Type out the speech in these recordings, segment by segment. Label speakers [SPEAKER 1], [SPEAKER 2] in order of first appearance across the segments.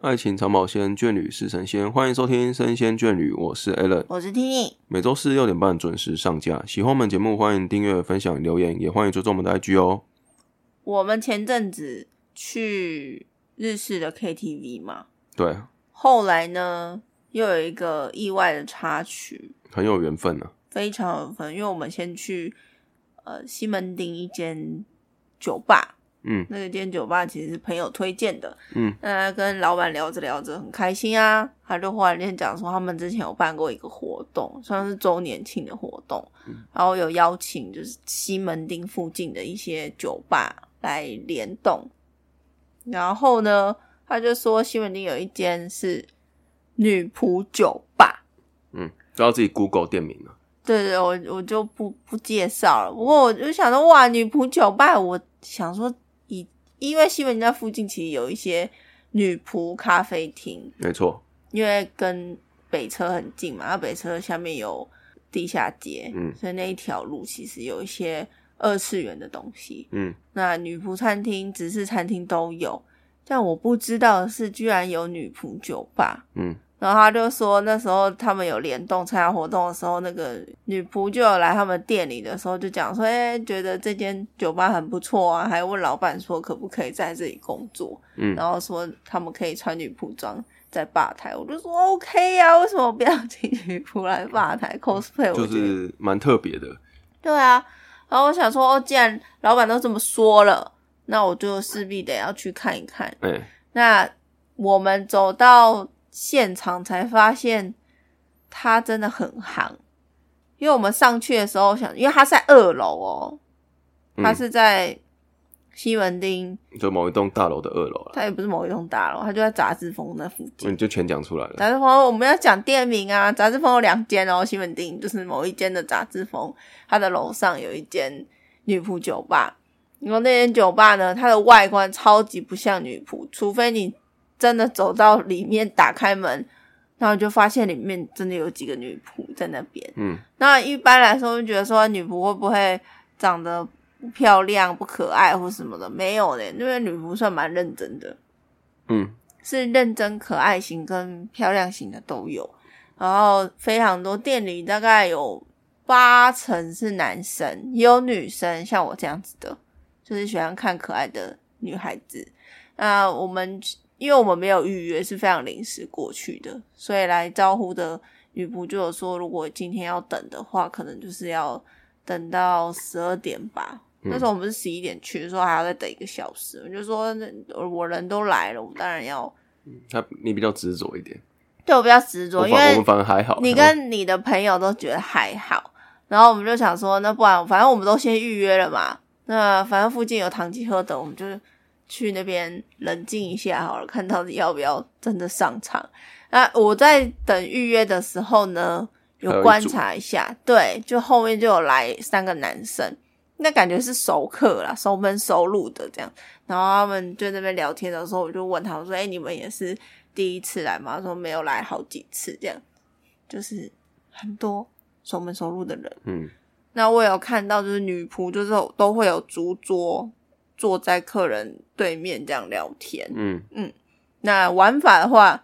[SPEAKER 1] 爱情长保鲜，眷侣是神仙。欢迎收听《神仙眷侣》，我是 Alan，
[SPEAKER 2] 我是 Tini，
[SPEAKER 1] 每周四六点半准时上架。喜欢我们节目，欢迎订阅、分享、留言，也欢迎追踪我们的 IG 哦。
[SPEAKER 2] 我们前阵子去日式的 KTV 嘛，
[SPEAKER 1] 对，
[SPEAKER 2] 后来呢又有一个意外的插曲，
[SPEAKER 1] 很有缘分呢、啊
[SPEAKER 2] 非常有分，因为我们先去呃西门町一间酒吧，
[SPEAKER 1] 嗯
[SPEAKER 2] 那间酒吧其实是朋友推荐的，
[SPEAKER 1] 嗯，
[SPEAKER 2] 那跟老板聊着聊着很开心啊，他就忽然间讲说他们之前有办过一个活动，算是周年庆的活动，
[SPEAKER 1] 嗯
[SPEAKER 2] 然后有邀请就是西门町附近的一些酒吧来联动，然后呢，他就说西门町有一间是女仆酒吧，
[SPEAKER 1] 嗯，都要自己 Google 店名啊了。
[SPEAKER 2] 对对，我我就不不介绍了。不过我就想说，哇，女仆酒吧，我想说以，因为西门町那附近其实有一些女仆咖啡厅，
[SPEAKER 1] 没错，
[SPEAKER 2] 因为跟北车很近嘛，然后啊北车下面有地下街，
[SPEAKER 1] 嗯
[SPEAKER 2] 所以那一条路其实有一些二次元的东西。
[SPEAKER 1] 嗯，
[SPEAKER 2] 那女仆餐厅、直式餐厅都有，但我不知道的是，居然有女仆酒吧。
[SPEAKER 1] 嗯，
[SPEAKER 2] 然后他就说，那时候他们有联动参加活动的时候，那个女仆就有来他们店里的时候，就讲说，哎、觉得这间酒吧很不错啊，还问老板说可不可以在这里工作，
[SPEAKER 1] 嗯
[SPEAKER 2] 然后说他们可以穿女仆装在吧台，我就说 OK 啊，为什么不要请女仆来吧台 cosplay？我
[SPEAKER 1] 嗯就
[SPEAKER 2] 觉得
[SPEAKER 1] 是蛮特别的。
[SPEAKER 2] 对啊，然后我想说，哦，既然老板都这么说了，那我就势必得要去看一看。
[SPEAKER 1] 哎、
[SPEAKER 2] 那我们走到现场才发现，它真的很行。因为我们上去的时候想，因为它是在二楼哦，
[SPEAKER 1] 嗯
[SPEAKER 2] 它是在西门町，
[SPEAKER 1] 就某一栋大楼的二楼了，
[SPEAKER 2] 它也不是某一栋大楼，它就在杂志峰那附近。
[SPEAKER 1] 你就全讲出来了。
[SPEAKER 2] 杂志峰，我们要讲店名啊。杂志峰有两间哦，西门町就是某一间的杂志峰，它的楼上有一间女仆酒吧。然后那间酒吧呢，它的外观超级不像女仆，除非你真的走到里面打开门，然后你就发现里面真的有几个女仆在那边。
[SPEAKER 1] 嗯，
[SPEAKER 2] 那一般来说，会觉得说女仆会不会长得不漂亮、不可爱或什么的？没有嘞，因为女仆算蛮认真的。
[SPEAKER 1] 嗯，
[SPEAKER 2] 是认真可爱型跟漂亮型的都有，然后非常多店里大概有八成是男生，也有女生，像我这样子的，就是喜欢看可爱的女孩子。那我们因为我们没有预约，是非常临时过去的，所以来招呼的女仆就有说，如果今天要等的话，可能就是要等到十二点吧，那时候我们是十一点去，说还要再等一个小时。我就说，那我人都来了，我当然要
[SPEAKER 1] 他你比较执着一点，
[SPEAKER 2] 对我比较执
[SPEAKER 1] 我
[SPEAKER 2] 着，因
[SPEAKER 1] 反我
[SPEAKER 2] 为
[SPEAKER 1] 们反而还好。
[SPEAKER 2] 你跟你的朋友都觉得还好，然后我们就想说，那不然反正我们都先预约了嘛，那反正附近有唐吉诃德，我们就去那边冷静一下好了，看到底要不要真的上场。那我在等预约的时候呢，
[SPEAKER 1] 还有
[SPEAKER 2] 有
[SPEAKER 1] 一
[SPEAKER 2] 观
[SPEAKER 1] 组
[SPEAKER 2] 察一下，对，就后面就有来三个男生，那感觉是熟客啦，熟门熟路的这样。然后他们就在那边聊天的时候，我就问他，我说：“哎、你们也是第一次来吗？”他说：“没有来好几次，这样就是很多熟门熟路的人。”
[SPEAKER 1] 嗯
[SPEAKER 2] 那我有看到，就是女仆就是都会有竹桌坐在客人对面这样聊天。
[SPEAKER 1] 嗯，
[SPEAKER 2] 那玩法的话，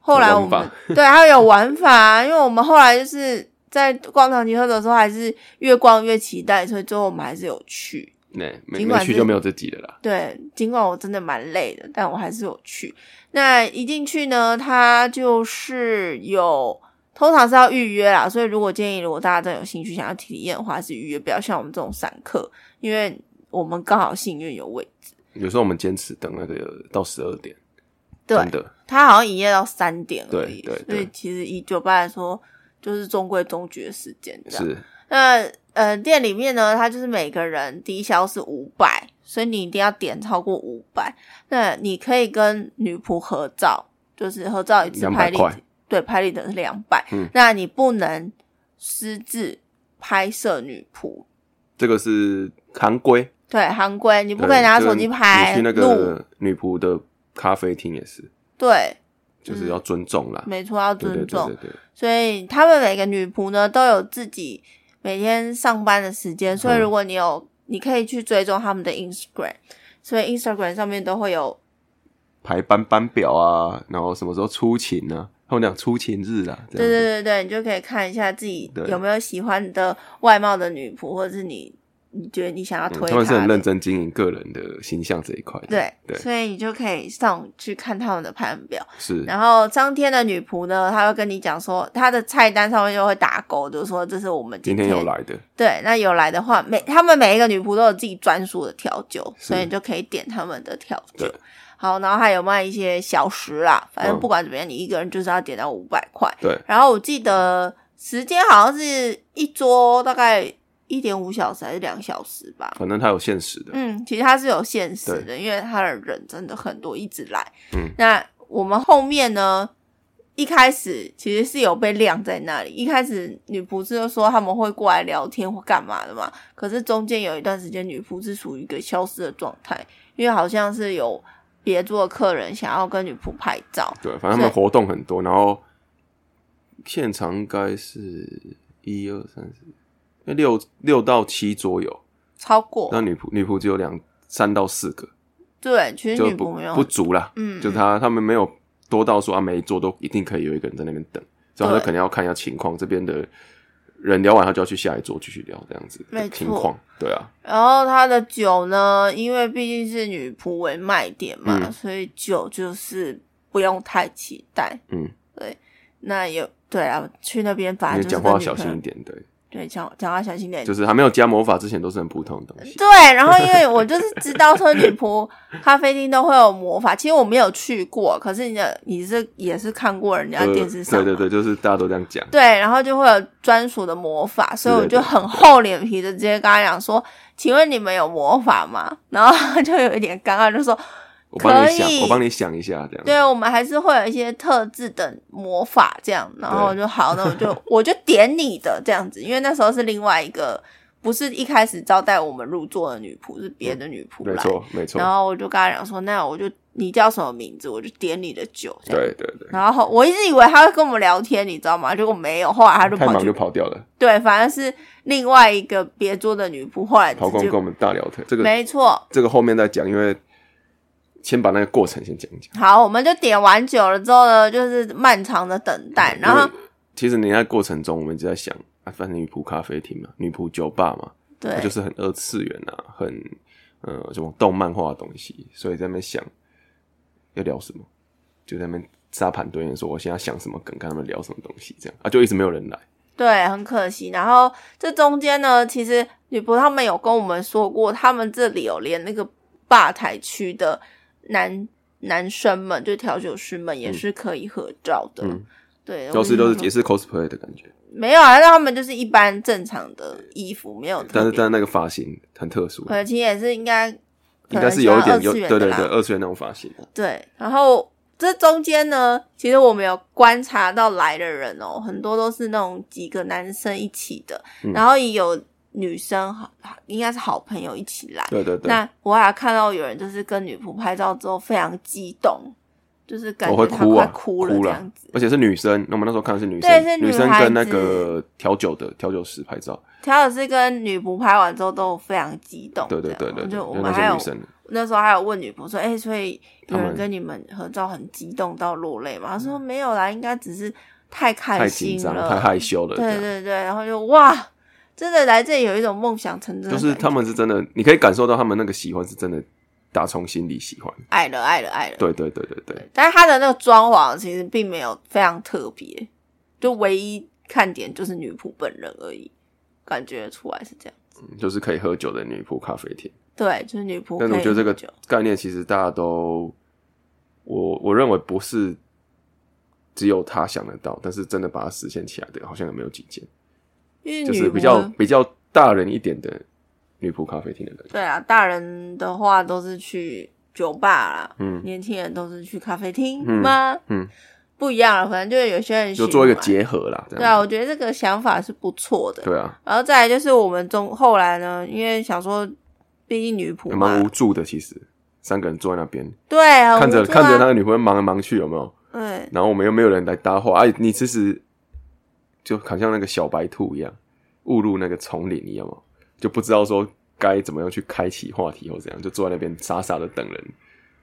[SPEAKER 2] 后来我
[SPEAKER 1] 有玩
[SPEAKER 2] 们
[SPEAKER 1] 法
[SPEAKER 2] 对还有玩法啊，因为我们后来就是在逛唐吉诃德的时候，还是越逛越期待，所以最后我们还是有去。
[SPEAKER 1] 那、嗯没
[SPEAKER 2] 尽
[SPEAKER 1] 没
[SPEAKER 2] 管
[SPEAKER 1] 去
[SPEAKER 2] 是
[SPEAKER 1] 就没有这集了啦。
[SPEAKER 2] 对，尽管我真的蛮累的，但我还是有去。那一进去呢，它就是有，通常是要预约啦，所以如果建议如果大家真的有兴趣想要体验的话，是预约，不要像我们这种散客，因为我们刚好幸运有位置。
[SPEAKER 1] 有时候我们坚持等那个到十二点，
[SPEAKER 2] 对，
[SPEAKER 1] 真的，
[SPEAKER 2] 它好像营业到三点而已，
[SPEAKER 1] 对对
[SPEAKER 2] 所
[SPEAKER 1] 对
[SPEAKER 2] 以其实以酒吧来说，就是中规中矩的时间这样。
[SPEAKER 1] 是
[SPEAKER 2] 那呃，店里面呢，它就是每个人低消是五百，所以你一定要点超过五百。那你可以跟女仆合照，就是合照一次
[SPEAKER 1] 200
[SPEAKER 2] 拍立
[SPEAKER 1] 块
[SPEAKER 2] 得，对，拍立得是两百、
[SPEAKER 1] 嗯
[SPEAKER 2] 那你不能私自拍摄女仆，
[SPEAKER 1] 这个是韩规，
[SPEAKER 2] 对，行规你
[SPEAKER 1] 你
[SPEAKER 2] 不可以拿手机拍
[SPEAKER 1] 你去那
[SPEAKER 2] 录，
[SPEAKER 1] 个女仆的咖啡厅也是，
[SPEAKER 2] 对，
[SPEAKER 1] 就是要尊重啦，
[SPEAKER 2] 没错，要
[SPEAKER 1] 对
[SPEAKER 2] 嗯尊
[SPEAKER 1] 对
[SPEAKER 2] 重
[SPEAKER 1] 对。对对，
[SPEAKER 2] 所以他们每个女仆呢都有自己每天上班的时间，
[SPEAKER 1] 嗯
[SPEAKER 2] 所以如果你有，你可以去追踪他们的 Instagram，所以 Instagram 上面都会有
[SPEAKER 1] 排班班表啊，然后什么时候出勤啊，他们讲出勤日啊，这
[SPEAKER 2] 对
[SPEAKER 1] 样子
[SPEAKER 2] 对对对，你就可以看一下自己
[SPEAKER 1] 对
[SPEAKER 2] 有没有喜欢的外貌的女仆，或者是你你觉得你想要
[SPEAKER 1] 嗯
[SPEAKER 2] 推
[SPEAKER 1] 他们是很
[SPEAKER 2] 的
[SPEAKER 1] 认真经营个人的形象这一块的，
[SPEAKER 2] 对，
[SPEAKER 1] 对
[SPEAKER 2] 所以你就可以上网去看他们的排行表。
[SPEAKER 1] 是，
[SPEAKER 2] 然后当天的女仆呢，她会跟你讲说，她的菜单上面就会打勾，就说这是我们
[SPEAKER 1] 今
[SPEAKER 2] 天
[SPEAKER 1] 天有。来的，
[SPEAKER 2] 对，那有来的话，每他们每一个女仆都有自己专属的调酒，
[SPEAKER 1] 是
[SPEAKER 2] 所以你就可以点他们的调酒
[SPEAKER 1] 对。
[SPEAKER 2] 好，然后还有卖一些小食啦，反正
[SPEAKER 1] 嗯
[SPEAKER 2] 不管怎么样，你一个人就是要点到五百块。
[SPEAKER 1] 对，
[SPEAKER 2] 然后我记得时间好像是一桌大概一点五小时还是两小时吧。
[SPEAKER 1] 反正他有限时的，
[SPEAKER 2] 嗯，其实它是有限时的，因为它的人真的很多，一直来。
[SPEAKER 1] 嗯，
[SPEAKER 2] 那我们后面呢？一开始其实是有被晾在那里，一开始女仆是就说他们会过来聊天或干嘛的嘛，可是中间有一段时间女仆是属于一个消失的状态，因为好像是有别桌的客人想要跟女仆拍照，
[SPEAKER 1] 对，反正他们
[SPEAKER 2] 是
[SPEAKER 1] 活动很多，然后现场应该是一二三四，那六六到七左右，
[SPEAKER 2] 超过
[SPEAKER 1] 那女仆女仆只有两三到四个，
[SPEAKER 2] 对，其实
[SPEAKER 1] 就
[SPEAKER 2] 女
[SPEAKER 1] 不
[SPEAKER 2] 仆没有
[SPEAKER 1] 不足啦，
[SPEAKER 2] 嗯
[SPEAKER 1] 就他他们没有多到说啊，每一桌都一定可以有一个人在那边等，所以他
[SPEAKER 2] 对
[SPEAKER 1] 就肯定要看一下情况，这边的人聊完，他就要去下一桌继续聊，这样子
[SPEAKER 2] 没
[SPEAKER 1] 的
[SPEAKER 2] 错
[SPEAKER 1] 情况，对啊，
[SPEAKER 2] 然后它的酒呢，因为毕竟是女仆为卖点嘛，
[SPEAKER 1] 嗯
[SPEAKER 2] 所以酒就是不用太期待。
[SPEAKER 1] 嗯，
[SPEAKER 2] 对，那也对啊，去那边反
[SPEAKER 1] 因为
[SPEAKER 2] 正就
[SPEAKER 1] 讲
[SPEAKER 2] 是
[SPEAKER 1] 话要
[SPEAKER 2] 跟女
[SPEAKER 1] 小
[SPEAKER 2] 朋
[SPEAKER 1] 心
[SPEAKER 2] 友
[SPEAKER 1] 一点，对，
[SPEAKER 2] 对，讲讲话小心点。
[SPEAKER 1] 就是还没有加魔法之前都是很普通的东西，
[SPEAKER 2] 对，然后因为我就是知道说女 仆咖啡厅都会有魔法，其实我没有去过，可是你的你是也是看过人家
[SPEAKER 1] 就
[SPEAKER 2] 电视上嘛，
[SPEAKER 1] 呃对对对，就是大家都这样讲，
[SPEAKER 2] 对，然后就会有专属的魔法，所以我就很厚脸皮的直接跟他讲说：“请问你们有魔法吗？” 然后他就有一点尴尬，就说
[SPEAKER 1] 我帮你
[SPEAKER 2] 可以
[SPEAKER 1] 想，我帮你想一下，这：“样，
[SPEAKER 2] 对我们还是会有一些特制的魔法这样。”然后我就好，那我就 我就点你的这样子，因为那时候是另外一个，不是一开始招待我们入座的女仆，是别的女仆
[SPEAKER 1] 没
[SPEAKER 2] 来。
[SPEAKER 1] 错没错
[SPEAKER 2] 然，后我就跟他讲说：“那我就你叫什么名字，我就点你的酒。”这样。
[SPEAKER 1] 对对对，
[SPEAKER 2] 然后我一直以为他会跟我们聊天，你知道吗？结果没有，后来他就
[SPEAKER 1] 太
[SPEAKER 2] 跑
[SPEAKER 1] 忙
[SPEAKER 2] 去
[SPEAKER 1] 就跑掉了，
[SPEAKER 2] 对，反而是另外一个别桌的女仆后来直
[SPEAKER 1] 跑光
[SPEAKER 2] 接
[SPEAKER 1] 跟我们大聊天，这个
[SPEAKER 2] 没错。
[SPEAKER 1] 这个后面再讲，因为先把那个过程先讲一讲。
[SPEAKER 2] 好，我们就点完酒了之后呢，就是漫长的等待，然后
[SPEAKER 1] 因为其实你在过程中，我们一直在想啊，反正女仆咖啡厅嘛，女仆酒吧嘛，
[SPEAKER 2] 对
[SPEAKER 1] 它就是很二次元啊，很呃这种动漫化的东西，所以在那边想要聊什么，就在那边沙盘推演说我现在想什么梗，跟他们聊什么东西，这样啊
[SPEAKER 2] 嗯
[SPEAKER 1] 就一直没有人来，
[SPEAKER 2] 对，很可惜。然后这中间呢，其实女仆他们有跟我们说过，他们这里有连那个吧台区的男男生们，就调酒师们也是可以合照的。
[SPEAKER 1] 嗯
[SPEAKER 2] 对，
[SPEAKER 1] 都是都是也
[SPEAKER 2] 结
[SPEAKER 1] 是 cosplay 的感觉，
[SPEAKER 2] 没有啊，让他们就是一般正常的衣服，没有特别。
[SPEAKER 1] 但是但是那个发型很特殊，
[SPEAKER 2] 可能其实也是应该，
[SPEAKER 1] 应该是有一点有
[SPEAKER 2] 可
[SPEAKER 1] 对对
[SPEAKER 2] 能像二次元的
[SPEAKER 1] 对
[SPEAKER 2] 啦
[SPEAKER 1] 二次元那种发型，
[SPEAKER 2] 对，然后这中间呢，其实我们有观察到来的人哦，很多都是那种几个男生一起的，
[SPEAKER 1] 嗯
[SPEAKER 2] 然后也有女生，好应该是好朋友一起来。
[SPEAKER 1] 对对对，
[SPEAKER 2] 那我还看到有人就是跟女仆拍照之后非常激动，就是感
[SPEAKER 1] 我
[SPEAKER 2] 觉
[SPEAKER 1] 会
[SPEAKER 2] 他
[SPEAKER 1] 哭啊
[SPEAKER 2] 快，哭了这样子。
[SPEAKER 1] 而且是女生。那我们那时候看的是女
[SPEAKER 2] 对是
[SPEAKER 1] 生，
[SPEAKER 2] 女
[SPEAKER 1] 女生
[SPEAKER 2] 孩
[SPEAKER 1] 跟那
[SPEAKER 2] 子
[SPEAKER 1] 个调酒的调酒师拍照，
[SPEAKER 2] 调酒师跟女仆拍完之后都非常激动这
[SPEAKER 1] 对
[SPEAKER 2] 样，
[SPEAKER 1] 对对对，对
[SPEAKER 2] 就我
[SPEAKER 1] 有
[SPEAKER 2] 们
[SPEAKER 1] 那
[SPEAKER 2] 还
[SPEAKER 1] 些
[SPEAKER 2] 有
[SPEAKER 1] 女生，
[SPEAKER 2] 那时候还有问女仆说：“哎、所以
[SPEAKER 1] 他
[SPEAKER 2] 有人
[SPEAKER 1] 们嗯
[SPEAKER 2] 跟你们合照很激动到落泪吗？”她说：“没有啦，应该只是太开
[SPEAKER 1] 太紧
[SPEAKER 2] 心
[SPEAKER 1] 张、
[SPEAKER 2] 了，
[SPEAKER 1] 太害羞了，这
[SPEAKER 2] 对
[SPEAKER 1] 样。
[SPEAKER 2] 对对，然后就哇，真的来这里有一种梦想成真的
[SPEAKER 1] 就
[SPEAKER 2] 感觉，
[SPEAKER 1] 是他们是真的，你可以感受到他们那个喜欢是真的打从心里喜欢。
[SPEAKER 2] 爱了爱了爱了。
[SPEAKER 1] 对对对对对，
[SPEAKER 2] 但是他的那个装潢其实并没有非常特别，就唯一看点就是女仆本人而已，感觉出来是这样。
[SPEAKER 1] 嗯就是可以喝酒的女仆咖啡厅。
[SPEAKER 2] 对，就是女仆可
[SPEAKER 1] 但
[SPEAKER 2] 以喝酒。
[SPEAKER 1] 是我觉得这个概念其实大家都，我我认为不是只有他想得到，但是真的把它实现起来的，好像也没有几件，
[SPEAKER 2] 因为
[SPEAKER 1] 就是
[SPEAKER 2] 女
[SPEAKER 1] 比
[SPEAKER 2] 仆
[SPEAKER 1] 较
[SPEAKER 2] 呢
[SPEAKER 1] 比较大人一点的女仆咖啡厅的感觉。
[SPEAKER 2] 对啊，大人的话都是去酒吧啦，
[SPEAKER 1] 嗯
[SPEAKER 2] 年轻人都是去咖啡厅
[SPEAKER 1] 嗯
[SPEAKER 2] 吗？
[SPEAKER 1] 嗯，
[SPEAKER 2] 不一样了，反正就是有些人
[SPEAKER 1] 就做一个
[SPEAKER 2] 喜欢
[SPEAKER 1] 结合啦，这
[SPEAKER 2] 对啊，
[SPEAKER 1] 样
[SPEAKER 2] 我
[SPEAKER 1] 子。
[SPEAKER 2] 觉得这个想法是不错的。
[SPEAKER 1] 对啊，
[SPEAKER 2] 然后再来就是我们中后来呢，因为想说，毕竟女仆
[SPEAKER 1] 也
[SPEAKER 2] 嘛
[SPEAKER 1] 蛮，无助的，其实三个人坐在那边，
[SPEAKER 2] 对，很
[SPEAKER 1] 看着
[SPEAKER 2] 无啊助啊嗯
[SPEAKER 1] 看着他，的女朋友忙来忙去，有没有？
[SPEAKER 2] 对
[SPEAKER 1] 然后我们又没有人来搭话，哎、你其实就好像那个小白兔一样，误入那个丛林一样嘛，就不知道说该怎么样去开启话题或怎样，就坐在那边傻傻的等人，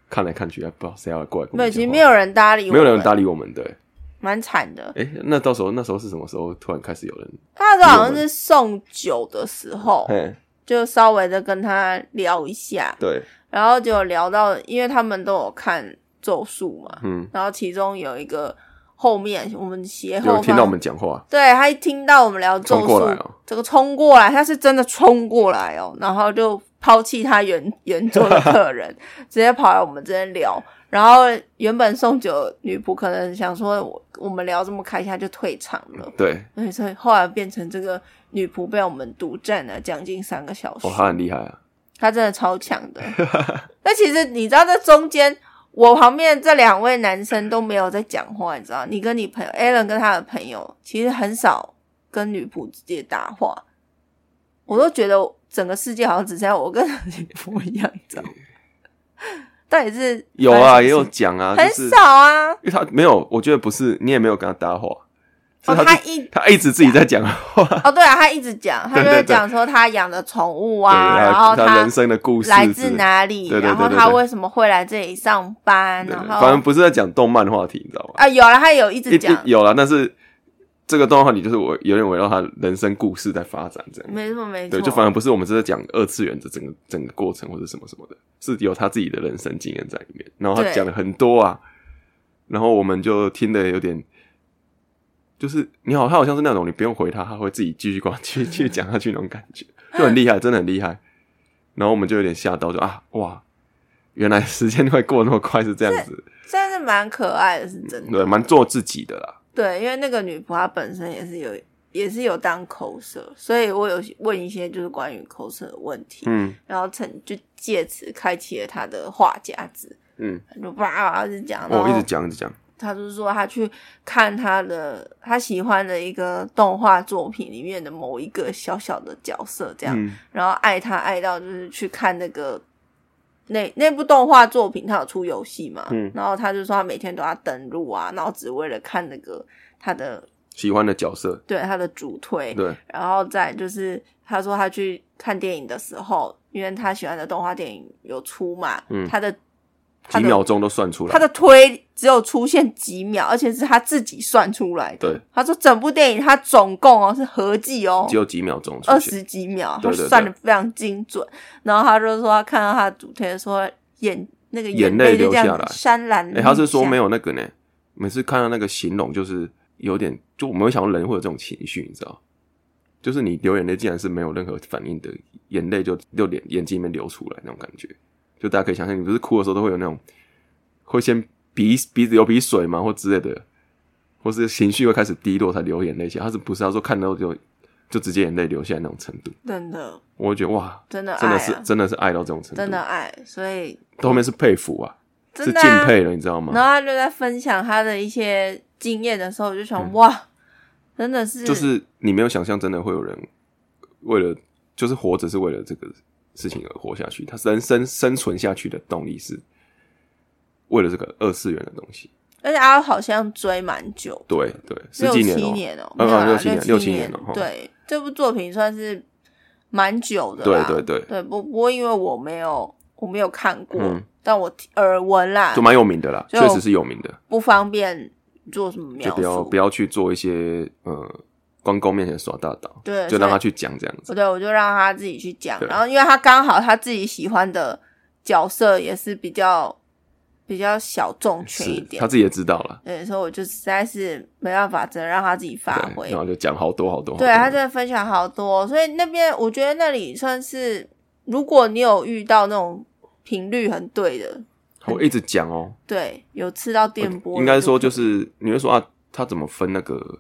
[SPEAKER 1] 看来看去，啊还不知道谁要过来跟我
[SPEAKER 2] 没有，
[SPEAKER 1] 们
[SPEAKER 2] 其实
[SPEAKER 1] 讲话
[SPEAKER 2] 没有人搭理我，
[SPEAKER 1] 没有人搭，理我们的、欸。
[SPEAKER 2] 蛮惨的。
[SPEAKER 1] 哎、那到时候那时候是什么时候突然开始有人？
[SPEAKER 2] 他那时候好像是送酒的时候，
[SPEAKER 1] 哎，
[SPEAKER 2] 就稍微的跟他聊一下，
[SPEAKER 1] 对，
[SPEAKER 2] 然后就聊到，因为他们都有看《咒术》嘛，
[SPEAKER 1] 嗯，
[SPEAKER 2] 然后其中有一个后面我们斜后
[SPEAKER 1] 有人
[SPEAKER 2] 方，
[SPEAKER 1] 听到我们讲话，
[SPEAKER 2] 对他一听到我们聊咒
[SPEAKER 1] 冲过来
[SPEAKER 2] 术，
[SPEAKER 1] 哦、
[SPEAKER 2] 这个冲过来，他是真的冲过来哦，然后就抛弃他原原桌的客 人，直接跑来我们这边聊。然后原本送酒的女仆可能想说我，我们聊这么开心，她就退场了。
[SPEAKER 1] 对，
[SPEAKER 2] 对，所以后来变成这个女仆被我们独占了将近三个小时。
[SPEAKER 1] 哦，他很厉害啊，
[SPEAKER 2] 他真的超强的。 那其实你知道，这中间我旁边这两位男生都没有在讲话，你知道？你跟你朋友 Alan 跟他的朋友，其实很少跟女仆直接搭话。我都觉得整个世界好像只剩下我跟女仆一样，你知道吗？到底是
[SPEAKER 1] 有啊，也有讲啊，
[SPEAKER 2] 很
[SPEAKER 1] 就是
[SPEAKER 2] 少啊。
[SPEAKER 1] 因为他没有，我觉得不是，你也没有跟他搭话，是
[SPEAKER 2] 哦，
[SPEAKER 1] 他
[SPEAKER 2] 他
[SPEAKER 1] 自
[SPEAKER 2] 一
[SPEAKER 1] 他一直自己在讲话，
[SPEAKER 2] 哦，对啊，他一直 讲，他就
[SPEAKER 1] 对
[SPEAKER 2] 会
[SPEAKER 1] 对对
[SPEAKER 2] 讲说他养的宠物
[SPEAKER 1] 对
[SPEAKER 2] 啊，然后
[SPEAKER 1] 他人生的故事
[SPEAKER 2] 来
[SPEAKER 1] 之
[SPEAKER 2] 自
[SPEAKER 1] 类的
[SPEAKER 2] 哪里，
[SPEAKER 1] 对对对
[SPEAKER 2] 然后
[SPEAKER 1] 对
[SPEAKER 2] 他
[SPEAKER 1] 对
[SPEAKER 2] 为什么会来这里上班，
[SPEAKER 1] 对对
[SPEAKER 2] 然
[SPEAKER 1] 对
[SPEAKER 2] 后
[SPEAKER 1] 反正不是在讲动漫话题，你知道吗？
[SPEAKER 2] 啊，有了，他有一直
[SPEAKER 1] 一
[SPEAKER 2] 讲，
[SPEAKER 1] 一有了，但是这个动画话题就是我有点围绕他人生故事在发展这样。
[SPEAKER 2] 没错没错，
[SPEAKER 1] 对，就反而不是我们是在讲二次元的整个整个过程或者什么什么的，是有他自己的人生经验在里面。然后他
[SPEAKER 2] 对
[SPEAKER 1] 讲了很多啊，然后我们就听的有点，就是你好，他好像是那种你不用回他，他会自己继续光 继续继续讲下去那种感觉，就很厉害，真的很厉害。然后我们就有点吓到，就啊哇，原来时间会过那么快是这样子，
[SPEAKER 2] 真的是蛮可爱的，是真的。
[SPEAKER 1] 对，蛮做自己的啦。
[SPEAKER 2] 对，因为那个女仆她本身也是有，也是有当口舌，所以我有问一些就是关于口舌的问题，
[SPEAKER 1] 嗯
[SPEAKER 2] 然后趁就借此开启了她的话匣子，
[SPEAKER 1] 嗯，
[SPEAKER 2] 她就叭就讲，然
[SPEAKER 1] 我、
[SPEAKER 2] 后
[SPEAKER 1] 哦一直讲一直讲，
[SPEAKER 2] 她就是说她去看她的她喜欢的一个动画作品里面的某一个小小的角色这样，
[SPEAKER 1] 嗯
[SPEAKER 2] 然后爱他爱到就是去看那个那那部动画作品，他有出游戏嘛，
[SPEAKER 1] 嗯
[SPEAKER 2] 然后他就说他每天都要登录啊，然后只为了看那个他的
[SPEAKER 1] 喜欢的角色，
[SPEAKER 2] 对他的主推，
[SPEAKER 1] 对，
[SPEAKER 2] 然后再就是他说他去看电影的时候，因为他喜欢的动画电影有出嘛，
[SPEAKER 1] 嗯
[SPEAKER 2] 他的他
[SPEAKER 1] 几
[SPEAKER 2] 的
[SPEAKER 1] 秒钟都算出来，
[SPEAKER 2] 他的推只有出现几秒，而且是他自己算出来的。
[SPEAKER 1] 对，
[SPEAKER 2] 他说整部电影他总共哦是合计哦，
[SPEAKER 1] 只有几秒钟出
[SPEAKER 2] 二
[SPEAKER 1] 现，
[SPEAKER 2] 十几秒，他
[SPEAKER 1] 对对对
[SPEAKER 2] 算的非常精准。然后他就说，他看到他的主推说眼那个
[SPEAKER 1] 眼
[SPEAKER 2] 泪
[SPEAKER 1] 泪
[SPEAKER 2] 就
[SPEAKER 1] 流
[SPEAKER 2] 这样
[SPEAKER 1] 下来
[SPEAKER 2] 潸然
[SPEAKER 1] 哎、
[SPEAKER 2] 泪
[SPEAKER 1] 他是说
[SPEAKER 2] 嗯下
[SPEAKER 1] 没有那个呢？每次看到那个形容，就是有点，就我没有想到人会有这种情绪，你知道？就是你流眼泪，竟然是没有任何反应的，眼泪就就脸眼睛里面流出来那种感觉。就大家可以想象，你不是哭的时候都会有那种，会先鼻鼻子流鼻水吗，或之类的，或是情绪会开始低落才流眼泪下来。他是不是他说看到就就直接眼泪流下来那种程度？
[SPEAKER 2] 真的
[SPEAKER 1] 我会觉得哇，
[SPEAKER 2] 真的爱、
[SPEAKER 1] 真
[SPEAKER 2] 啊、
[SPEAKER 1] 的是、真的是爱到这种程度，
[SPEAKER 2] 真的爱，所以
[SPEAKER 1] 后面是佩服啊，
[SPEAKER 2] 真
[SPEAKER 1] 是
[SPEAKER 2] 的
[SPEAKER 1] 敬
[SPEAKER 2] 啊、
[SPEAKER 1] 佩了，你知道吗？
[SPEAKER 2] 然后他就在分享他的一些经验的时候，我就想、
[SPEAKER 1] 嗯
[SPEAKER 2] 哇，真的是
[SPEAKER 1] 就是你没有想象，真的会有人为了就是活着是为了这个事情而活下去，他人生生存下去的动力是为了这个二次元的东西。
[SPEAKER 2] 而且阿好像追蛮久，
[SPEAKER 1] 对对，十
[SPEAKER 2] 六
[SPEAKER 1] 几
[SPEAKER 2] 七
[SPEAKER 1] 哦、
[SPEAKER 2] 年哦、
[SPEAKER 1] 呃
[SPEAKER 2] 没有啦
[SPEAKER 1] 六七年
[SPEAKER 2] 六
[SPEAKER 1] 六七年
[SPEAKER 2] 年
[SPEAKER 1] 了哦哈
[SPEAKER 2] 对，这部作品算是蛮久的
[SPEAKER 1] 对
[SPEAKER 2] 啦，
[SPEAKER 1] 对对，
[SPEAKER 2] 对，不不过因为我没有我没有看过，
[SPEAKER 1] 嗯
[SPEAKER 2] 但我听耳闻啦
[SPEAKER 1] 就，蛮有名的啦，
[SPEAKER 2] 就
[SPEAKER 1] 确实是有名的，
[SPEAKER 2] 不方便做什
[SPEAKER 1] 就
[SPEAKER 2] 么描
[SPEAKER 1] 不要
[SPEAKER 2] 述。
[SPEAKER 1] 不要去做一些呃关公面前耍大刀，
[SPEAKER 2] 对，
[SPEAKER 1] 就让他
[SPEAKER 2] 所
[SPEAKER 1] 去
[SPEAKER 2] 以
[SPEAKER 1] 讲这样子。
[SPEAKER 2] 对，我就让他自己去讲。
[SPEAKER 1] 对
[SPEAKER 2] 然后因为他刚好他自己喜欢的角色也是比较比较小众圈一
[SPEAKER 1] 是
[SPEAKER 2] 点
[SPEAKER 1] 他，自己也知道了，
[SPEAKER 2] 对，所以我就实在是没办法，只能让他自己发
[SPEAKER 1] 对，
[SPEAKER 2] 挥
[SPEAKER 1] 然。后就讲好多好多好多。
[SPEAKER 2] 对他真的分享好多，所以那边我觉得那里算是，如果你有遇到那种频率很对的，
[SPEAKER 1] 我一直讲哦，
[SPEAKER 2] 对，有吃到电波的，
[SPEAKER 1] 呃应该说就是你会说啊，他怎么分那个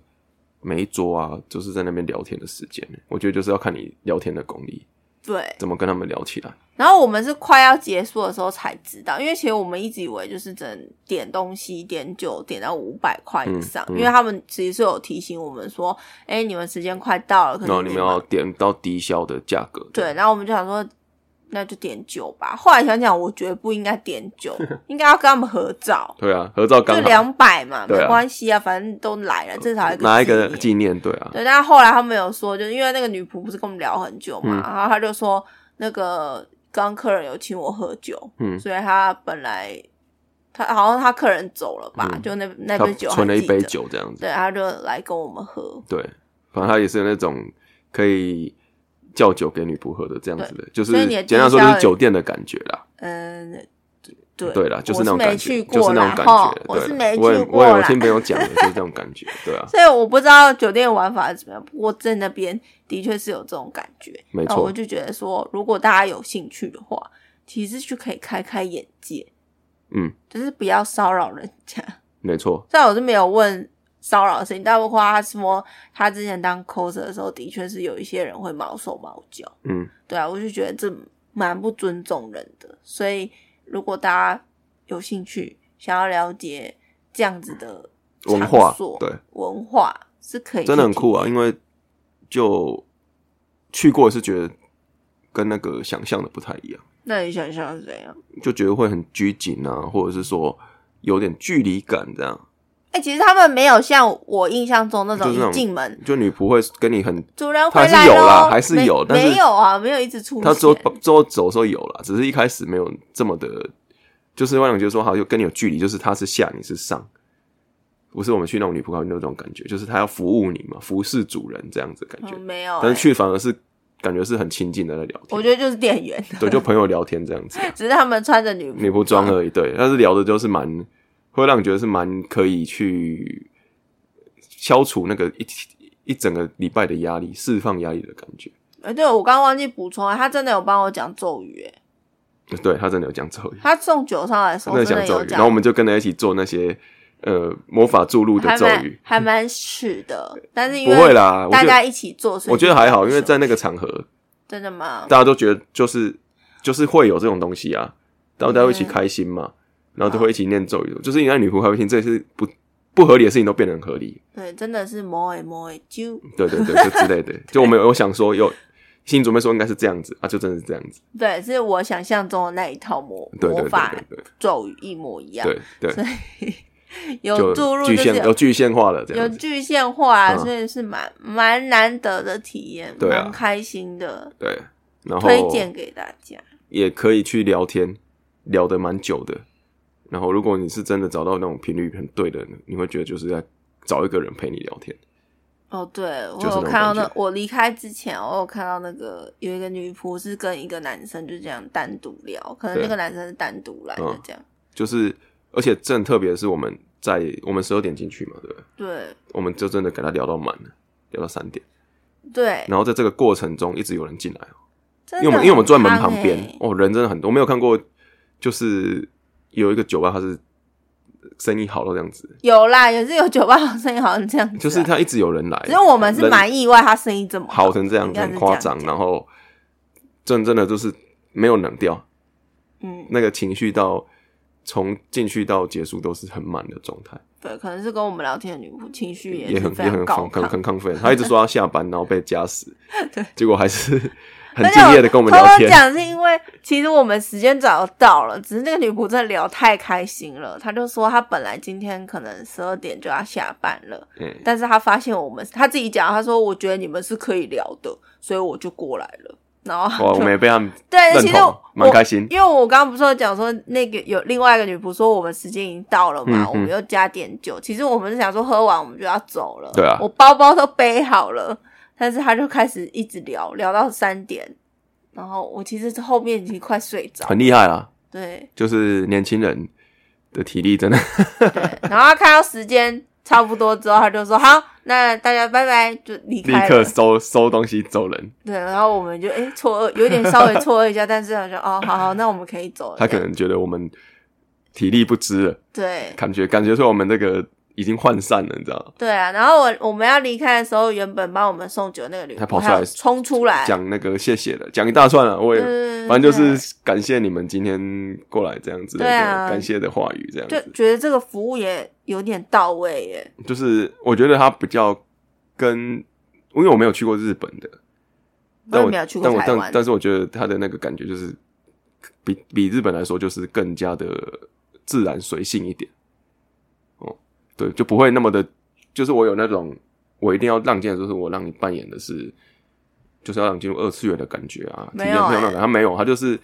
[SPEAKER 1] 每一桌啊，就是在那边聊天的时间呢？我觉得就是要看你聊天的功力，
[SPEAKER 2] 对，
[SPEAKER 1] 怎么跟他们聊起来。
[SPEAKER 2] 然后我们是快要结束的时候才知道，因为其实我们一直以为就是只能点东西、点酒，点到五百块以上，
[SPEAKER 1] 嗯嗯
[SPEAKER 2] 因为他们其实是有提醒我们说，哎、你们时间快到了，可
[SPEAKER 1] 然后
[SPEAKER 2] 能
[SPEAKER 1] 你
[SPEAKER 2] 你
[SPEAKER 1] 们要点到低消的价格，
[SPEAKER 2] 对，然后我们就想说，那就点酒吧。后来想想，我觉得不应该点 酒，应该要跟他们合照，
[SPEAKER 1] 对啊，合照
[SPEAKER 2] 就
[SPEAKER 1] 刚好
[SPEAKER 2] 两百嘛，没
[SPEAKER 1] 对啊
[SPEAKER 2] 关系啊，反正都来了，至少有
[SPEAKER 1] 拿一
[SPEAKER 2] 个
[SPEAKER 1] 个
[SPEAKER 2] 纪念
[SPEAKER 1] 纪念，对啊，嗯
[SPEAKER 2] 对，但是后来他们有说，就是因为那个女仆不是跟我们聊很久嘛，然后他就说那个刚客人有请我喝酒，
[SPEAKER 1] 嗯
[SPEAKER 2] 所以他本来他好像他客人走了吧，
[SPEAKER 1] 嗯
[SPEAKER 2] 就那那
[SPEAKER 1] 他
[SPEAKER 2] 杯酒
[SPEAKER 1] 存了一
[SPEAKER 2] 还记得
[SPEAKER 1] 杯，酒这样子，
[SPEAKER 2] 对，他就来跟我们喝，
[SPEAKER 1] 对，反正他也是那种可以叫酒给你不喝的这样子的，就是
[SPEAKER 2] 所以你的
[SPEAKER 1] 简单说就
[SPEAKER 2] 低
[SPEAKER 1] 是
[SPEAKER 2] 消也
[SPEAKER 1] 酒店的感觉啦。
[SPEAKER 2] 嗯，对
[SPEAKER 1] 对啦，就是那种
[SPEAKER 2] 我是没
[SPEAKER 1] 感觉，
[SPEAKER 2] 去
[SPEAKER 1] 就
[SPEAKER 2] 过
[SPEAKER 1] 是那
[SPEAKER 2] 啦，
[SPEAKER 1] 种感
[SPEAKER 2] 哈
[SPEAKER 1] 觉。，
[SPEAKER 2] 我
[SPEAKER 1] 对
[SPEAKER 2] 是
[SPEAKER 1] 啦
[SPEAKER 2] 没
[SPEAKER 1] 我
[SPEAKER 2] 去
[SPEAKER 1] 也
[SPEAKER 2] 过
[SPEAKER 1] 我也我
[SPEAKER 2] 啦，
[SPEAKER 1] 听朋友讲的，就是这种感觉。对啊，
[SPEAKER 2] 所以我不知道酒店玩法是怎么样，不过在那边的确是有这种感觉。
[SPEAKER 1] 没
[SPEAKER 2] 那
[SPEAKER 1] 错
[SPEAKER 2] 我就觉得说，如果大家有兴趣的话，其实就可以开开眼界，
[SPEAKER 1] 嗯，
[SPEAKER 2] 就是不要骚扰人家。
[SPEAKER 1] 没错，
[SPEAKER 2] 虽然我是没有问骚扰的事情，但包括他说他之前当 coser 的时候，的确是有一些人会毛手毛脚。
[SPEAKER 1] 嗯，
[SPEAKER 2] 对啊，我就觉得这蛮不尊重人的。所以如果大家有兴趣，想要了解这样子的
[SPEAKER 1] 文化
[SPEAKER 2] 场所
[SPEAKER 1] 对
[SPEAKER 2] 文化是可以，
[SPEAKER 1] 真的很酷啊，！因为就去过是觉得跟那个想象的不太一样，
[SPEAKER 2] 那你想象是怎样？
[SPEAKER 1] 就觉得会很拘谨啊，或者是说有点距离感这样。
[SPEAKER 2] 哎、其实他们没有像我印象中那种
[SPEAKER 1] 就是那种
[SPEAKER 2] 一进门
[SPEAKER 1] 就你不会跟你很，
[SPEAKER 2] 主人
[SPEAKER 1] 他
[SPEAKER 2] 回
[SPEAKER 1] 还是
[SPEAKER 2] 来
[SPEAKER 1] 有啦
[SPEAKER 2] 咯
[SPEAKER 1] 还是
[SPEAKER 2] 没
[SPEAKER 1] 有但是
[SPEAKER 2] 没有啊，没有一直出现。
[SPEAKER 1] 他之后之后走的时候有啦，只是一开始没有这么的，就是让你觉得说好像跟你有距离，就是他是下你是上。不是我们去那种女仆咖啡那种感觉，就是他要服务你嘛，服侍主人这样子的感觉。
[SPEAKER 2] 嗯、没有、欸，
[SPEAKER 1] 但是去反而是感觉是很亲近的在聊天，
[SPEAKER 2] 我觉得就是店员，
[SPEAKER 1] 对，就朋友聊天这样子，
[SPEAKER 2] 只是他们穿着女
[SPEAKER 1] 女仆装而已，对，但是聊的就是蛮会让你觉得是蛮可以去消除那个一一整个礼拜的压力，释放压力的感觉。
[SPEAKER 2] 呃，对我刚刚忘记补充了，他真的有帮我讲咒语欸，
[SPEAKER 1] 对他真的有讲咒语，
[SPEAKER 2] 他送酒上来的时
[SPEAKER 1] 他
[SPEAKER 2] 候
[SPEAKER 1] 真的
[SPEAKER 2] 哦
[SPEAKER 1] 讲
[SPEAKER 2] 真的
[SPEAKER 1] 咒
[SPEAKER 2] 有
[SPEAKER 1] 语，然后我们就跟他一起做那些呃魔法注入的
[SPEAKER 2] 还
[SPEAKER 1] 咒
[SPEAKER 2] 蛮
[SPEAKER 1] 语，
[SPEAKER 2] 还蛮屎的，但是因
[SPEAKER 1] 不
[SPEAKER 2] 为
[SPEAKER 1] 会啦，我
[SPEAKER 2] 大
[SPEAKER 1] 觉
[SPEAKER 2] 家
[SPEAKER 1] 得
[SPEAKER 2] 一起做，所以
[SPEAKER 1] 我觉得
[SPEAKER 2] 就
[SPEAKER 1] 还
[SPEAKER 2] 不
[SPEAKER 1] 好，
[SPEAKER 2] 会
[SPEAKER 1] 因为
[SPEAKER 2] 说
[SPEAKER 1] 在那个场合，
[SPEAKER 2] 真的吗？
[SPEAKER 1] 大家都觉得就是就是会有这种东西啊，然后大家会一起
[SPEAKER 2] 嗯
[SPEAKER 1] 开心嘛，然后都会一起念咒语，就是你在女仆咖啡厅，这是不不合理的事情都变得很合理，
[SPEAKER 2] 对，真的是摸诶摸诶啾，
[SPEAKER 1] 对对对，就之类 的。就我们有有想说有心理准备说应该是这样子啊，就真的是这样子，
[SPEAKER 2] 对，是我想象中的那一套魔
[SPEAKER 1] 对对
[SPEAKER 2] 魔
[SPEAKER 1] 对
[SPEAKER 2] 法
[SPEAKER 1] 对对
[SPEAKER 2] 咒语一模一样，
[SPEAKER 1] 对对
[SPEAKER 2] 所以有注
[SPEAKER 1] 就
[SPEAKER 2] 入
[SPEAKER 1] 具
[SPEAKER 2] 这
[SPEAKER 1] 象有
[SPEAKER 2] 些。
[SPEAKER 1] 具象化了这
[SPEAKER 2] 有
[SPEAKER 1] 样子，
[SPEAKER 2] 具现化，
[SPEAKER 1] 嗯
[SPEAKER 2] 所以是蛮蛮难得的体验，
[SPEAKER 1] 对啊
[SPEAKER 2] 蛮开心的，
[SPEAKER 1] 对，然后
[SPEAKER 2] 推荐给大家。
[SPEAKER 1] 也可以去聊天，聊得蛮久的。然后，如果你是真的找到那种频率很对的，你会觉得就是在找一个人陪你聊天。
[SPEAKER 2] 哦，对，我
[SPEAKER 1] 就是那
[SPEAKER 2] 有
[SPEAKER 1] 种
[SPEAKER 2] 看到
[SPEAKER 1] 感
[SPEAKER 2] 那
[SPEAKER 1] 觉
[SPEAKER 2] 我离开之前，我有看到那个有一个女仆是跟一个男生就这样单独聊，可能
[SPEAKER 1] 对
[SPEAKER 2] 那个男生是单独来的
[SPEAKER 1] 嗯
[SPEAKER 2] 这样。
[SPEAKER 1] 就是，而且正特别是我们在我们十二点进去嘛，对不对？
[SPEAKER 2] 对
[SPEAKER 1] 我们就真的给他聊到满了，聊到三点。
[SPEAKER 2] 对，
[SPEAKER 1] 然后在这个过程中，一直有人进来，
[SPEAKER 2] 真
[SPEAKER 1] 因为我
[SPEAKER 2] 的
[SPEAKER 1] 们因为我们住在门
[SPEAKER 2] 很夯
[SPEAKER 1] 旁边
[SPEAKER 2] 欸，
[SPEAKER 1] 哦，人真的很多。我没有看过，就是有一个酒吧，它是生意好到这样子，
[SPEAKER 2] 有啦，也是有酒吧好生意好像这样子啊，
[SPEAKER 1] 就是它一直有人来。
[SPEAKER 2] 只是我们是
[SPEAKER 1] 人
[SPEAKER 2] 蛮意外，他生意这么
[SPEAKER 1] 哎好成这样
[SPEAKER 2] 应
[SPEAKER 1] 子，
[SPEAKER 2] 该是
[SPEAKER 1] 很夸张，啊
[SPEAKER 2] 这样
[SPEAKER 1] 然后真真的就是没有冷掉，
[SPEAKER 2] 嗯，
[SPEAKER 1] 那个情绪到从进去到结束都是很满的状态，
[SPEAKER 2] 对，可能是跟我们聊天的女仆情绪
[SPEAKER 1] 也
[SPEAKER 2] 是
[SPEAKER 1] 很
[SPEAKER 2] 非
[SPEAKER 1] 也很
[SPEAKER 2] 常高
[SPEAKER 1] 亢
[SPEAKER 2] 亢
[SPEAKER 1] 很，很亢奋。他一直说要下班，然后被夹死，
[SPEAKER 2] 对，
[SPEAKER 1] 结果还是 很
[SPEAKER 2] 而且
[SPEAKER 1] 敬业的跟我们聊
[SPEAKER 2] 偷偷
[SPEAKER 1] 天。
[SPEAKER 2] 讲是因为其实我们时间早就到了，只是那个女仆真的聊太开心了，她就说她本来今天可能十二点就要下班了，
[SPEAKER 1] 嗯，
[SPEAKER 2] 但是她发现我们，她自己讲，她说我觉得你们是可以聊的，所以我就过来了。然后
[SPEAKER 1] 哇，
[SPEAKER 2] 她
[SPEAKER 1] 我
[SPEAKER 2] 就
[SPEAKER 1] 们也被他们
[SPEAKER 2] 对，
[SPEAKER 1] 认
[SPEAKER 2] 哎其实
[SPEAKER 1] 同
[SPEAKER 2] 我
[SPEAKER 1] 蛮开心
[SPEAKER 2] 因为我刚刚不是有讲说那个有另外一个女仆说我们时间已经到了嘛，
[SPEAKER 1] 嗯嗯
[SPEAKER 2] 我们又加点酒。其实我们是想说喝完我们就要走了，
[SPEAKER 1] 对啊
[SPEAKER 2] 我包包都背好了，但是他就开始一直聊聊到三点，然后我其实后面已经快睡着，
[SPEAKER 1] 很厉害啦，
[SPEAKER 2] 对
[SPEAKER 1] 就是年轻人的体力真的
[SPEAKER 2] 对，然后他看到时间差不多之后，他就说好，那大家拜拜，就离
[SPEAKER 1] 立
[SPEAKER 2] 开
[SPEAKER 1] 刻
[SPEAKER 2] 了。
[SPEAKER 1] 收收东西走人。
[SPEAKER 2] 对，然后我们就哎、诶错愕，有点稍微错愕一下，但是他说哦，好好，那我们可以走了。
[SPEAKER 1] 他可
[SPEAKER 2] 这样
[SPEAKER 1] 能觉得我们体力不支了，
[SPEAKER 2] 对，
[SPEAKER 1] 感觉感觉说我们这个已经涣散了，你知道吗？
[SPEAKER 2] 对啊，然后我我们要离开的时候，原本帮我们送酒那个女仆
[SPEAKER 1] 她跑出来
[SPEAKER 2] 还有冲出来，
[SPEAKER 1] 讲那个谢谢了，讲一大串啊了，我也、
[SPEAKER 2] 哎嗯
[SPEAKER 1] 反正就是感谢你们今天过来这样子的、
[SPEAKER 2] 对啊
[SPEAKER 1] 感谢的话语这样
[SPEAKER 2] 就
[SPEAKER 1] 子，
[SPEAKER 2] 觉得这个服务也有点到位耶。
[SPEAKER 1] 就是我觉得他比较跟，因为我没有去过日本的，但
[SPEAKER 2] 也
[SPEAKER 1] 我
[SPEAKER 2] 没有去过
[SPEAKER 1] 但我
[SPEAKER 2] 台湾
[SPEAKER 1] 但，但是我觉得他的那个感觉就是比比日本来说就是更加的自然随性一点，哦，对，就不会那么的，就是我有那种我一定要让进来，就是我让你扮演的是，就是要让你进入二次元的感觉啊，体
[SPEAKER 2] 没
[SPEAKER 1] 验
[SPEAKER 2] 有
[SPEAKER 1] 没有那种
[SPEAKER 2] 欸
[SPEAKER 1] 感觉，他没有，他就是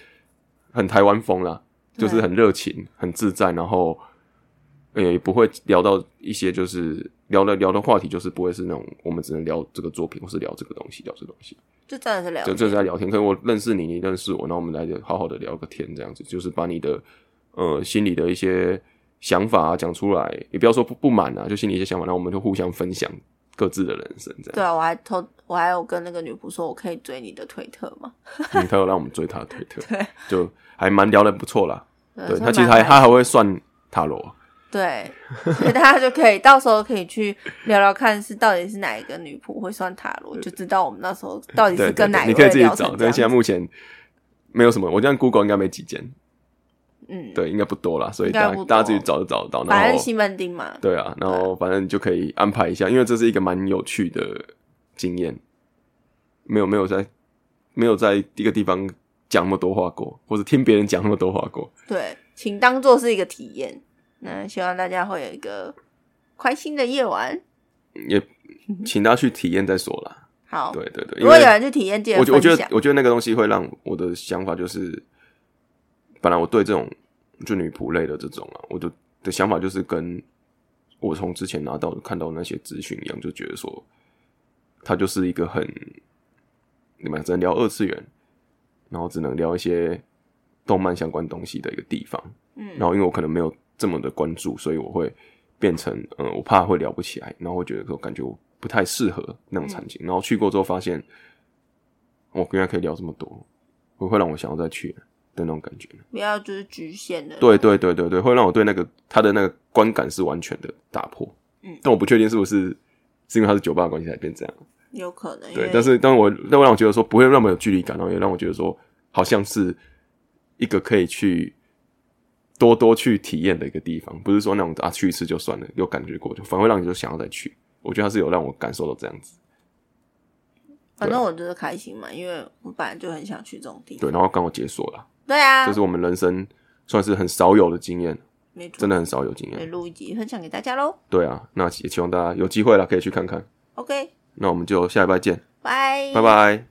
[SPEAKER 1] 很台湾风啦，
[SPEAKER 2] 对
[SPEAKER 1] 就是很热情、很自在，然后呃也不会聊到一些就是聊的聊的话题，就是不会是那种我们只能聊这个作品，或是聊这个东西，聊这个东西，
[SPEAKER 2] 就真的是聊
[SPEAKER 1] 就
[SPEAKER 2] 天，
[SPEAKER 1] 就是在聊天。可能我认识你，你认识我，然后我们来好好的聊个天，这样子就是把你的呃心里的一些想法啊讲出来，也不要说不不满啊，就心里一些想法，然后我们就互相分享各自的人生这
[SPEAKER 2] 对
[SPEAKER 1] 样。
[SPEAKER 2] 啊，我还偷，我还有跟那个女仆说，我可以追你的推特嘛？
[SPEAKER 1] 嗯他有让我们追他的推特，
[SPEAKER 2] 对，
[SPEAKER 1] 就还蛮聊得不错啦。对
[SPEAKER 2] 啊所以
[SPEAKER 1] 他其实
[SPEAKER 2] 蛮
[SPEAKER 1] 还
[SPEAKER 2] 开
[SPEAKER 1] 他还会算塔罗，啊
[SPEAKER 2] 对，所以大家就可以到时候可以去聊聊看，是到底是哪一个女仆会算塔罗，就知道我们那时候到底
[SPEAKER 1] 对
[SPEAKER 2] 哦是
[SPEAKER 1] 对
[SPEAKER 2] 跟哪
[SPEAKER 1] 对，你
[SPEAKER 2] 一
[SPEAKER 1] 可以
[SPEAKER 2] 位
[SPEAKER 1] 自己
[SPEAKER 2] 聊成
[SPEAKER 1] 找。
[SPEAKER 2] 这
[SPEAKER 1] 但
[SPEAKER 2] 样
[SPEAKER 1] 现在目前没有什么，我这样 Google 应该没几间，
[SPEAKER 2] 嗯，
[SPEAKER 1] 对，应该不多啦，所以
[SPEAKER 2] 应该
[SPEAKER 1] 大
[SPEAKER 2] 不
[SPEAKER 1] 家
[SPEAKER 2] 多
[SPEAKER 1] 大家自己找就找得到。
[SPEAKER 2] 反
[SPEAKER 1] 然
[SPEAKER 2] 正
[SPEAKER 1] 后
[SPEAKER 2] 西门町嘛，
[SPEAKER 1] 对啊，然后反正你就可以安排一下，因为这是一个蛮有趣的经验，没有没有在没有在一个地方讲那么多话过，或者听别人讲那么多话过。
[SPEAKER 2] 对，请当做是一个体验。那希望大家会有一个开心的夜晚。
[SPEAKER 1] 也请大家去体验再说啦。
[SPEAKER 2] 好，
[SPEAKER 1] 对对对，
[SPEAKER 2] 如
[SPEAKER 1] 因
[SPEAKER 2] 果
[SPEAKER 1] 为
[SPEAKER 2] 有人去体验，记得
[SPEAKER 1] 我觉我觉
[SPEAKER 2] 分
[SPEAKER 1] 得
[SPEAKER 2] 享。
[SPEAKER 1] 我觉得那个东西会让我的想法就是，本来我对这种就女仆类的这种啊，我就的想法就是跟我从之前拿到看到那些资讯一样，就觉得说，它就是一个很你们只能聊二次元，然后只能聊一些动漫相关东西的一个地方。
[SPEAKER 2] 嗯
[SPEAKER 1] 然后因为我可能没有这么的关注，所以我会变成嗯、呃我怕会聊不起来，然后会觉得说感觉我不太适合那种场景。
[SPEAKER 2] 嗯
[SPEAKER 1] 然后去过之后发现，我原来可以聊这么多，会会让我想要再去的那种感觉。
[SPEAKER 2] 不要就是局限的。
[SPEAKER 1] 对对对对对，会让我对那个他的那个观感是完全的打破。
[SPEAKER 2] 嗯
[SPEAKER 1] 但我不确定是不是是因为他是酒吧的关系才变这样。
[SPEAKER 2] 有可能。因
[SPEAKER 1] 对
[SPEAKER 2] 为，
[SPEAKER 1] 但是但我但让我觉得说不会那么有距离感，然后也让我觉得说好像是一个可以去多多去体验的一个地方，不是说那种啊去一次就算了，有感觉过就反而会让你就想要再去。我觉得它是有让我感受到这样子，
[SPEAKER 2] 反正我就是开心嘛，因为我本来就很想去这种地方。
[SPEAKER 1] 对，然后刚好解锁了，
[SPEAKER 2] 对啊，
[SPEAKER 1] 这是我们人生算是很少有的经验，
[SPEAKER 2] 没错
[SPEAKER 1] 真的很少有经
[SPEAKER 2] 所以
[SPEAKER 1] 验。
[SPEAKER 2] 录一集分享给大家喽。
[SPEAKER 1] 对啊，那也希望大家有机会了可以去看看。
[SPEAKER 2] OK，
[SPEAKER 1] 那我们就下礼拜见，
[SPEAKER 2] 拜
[SPEAKER 1] 拜拜。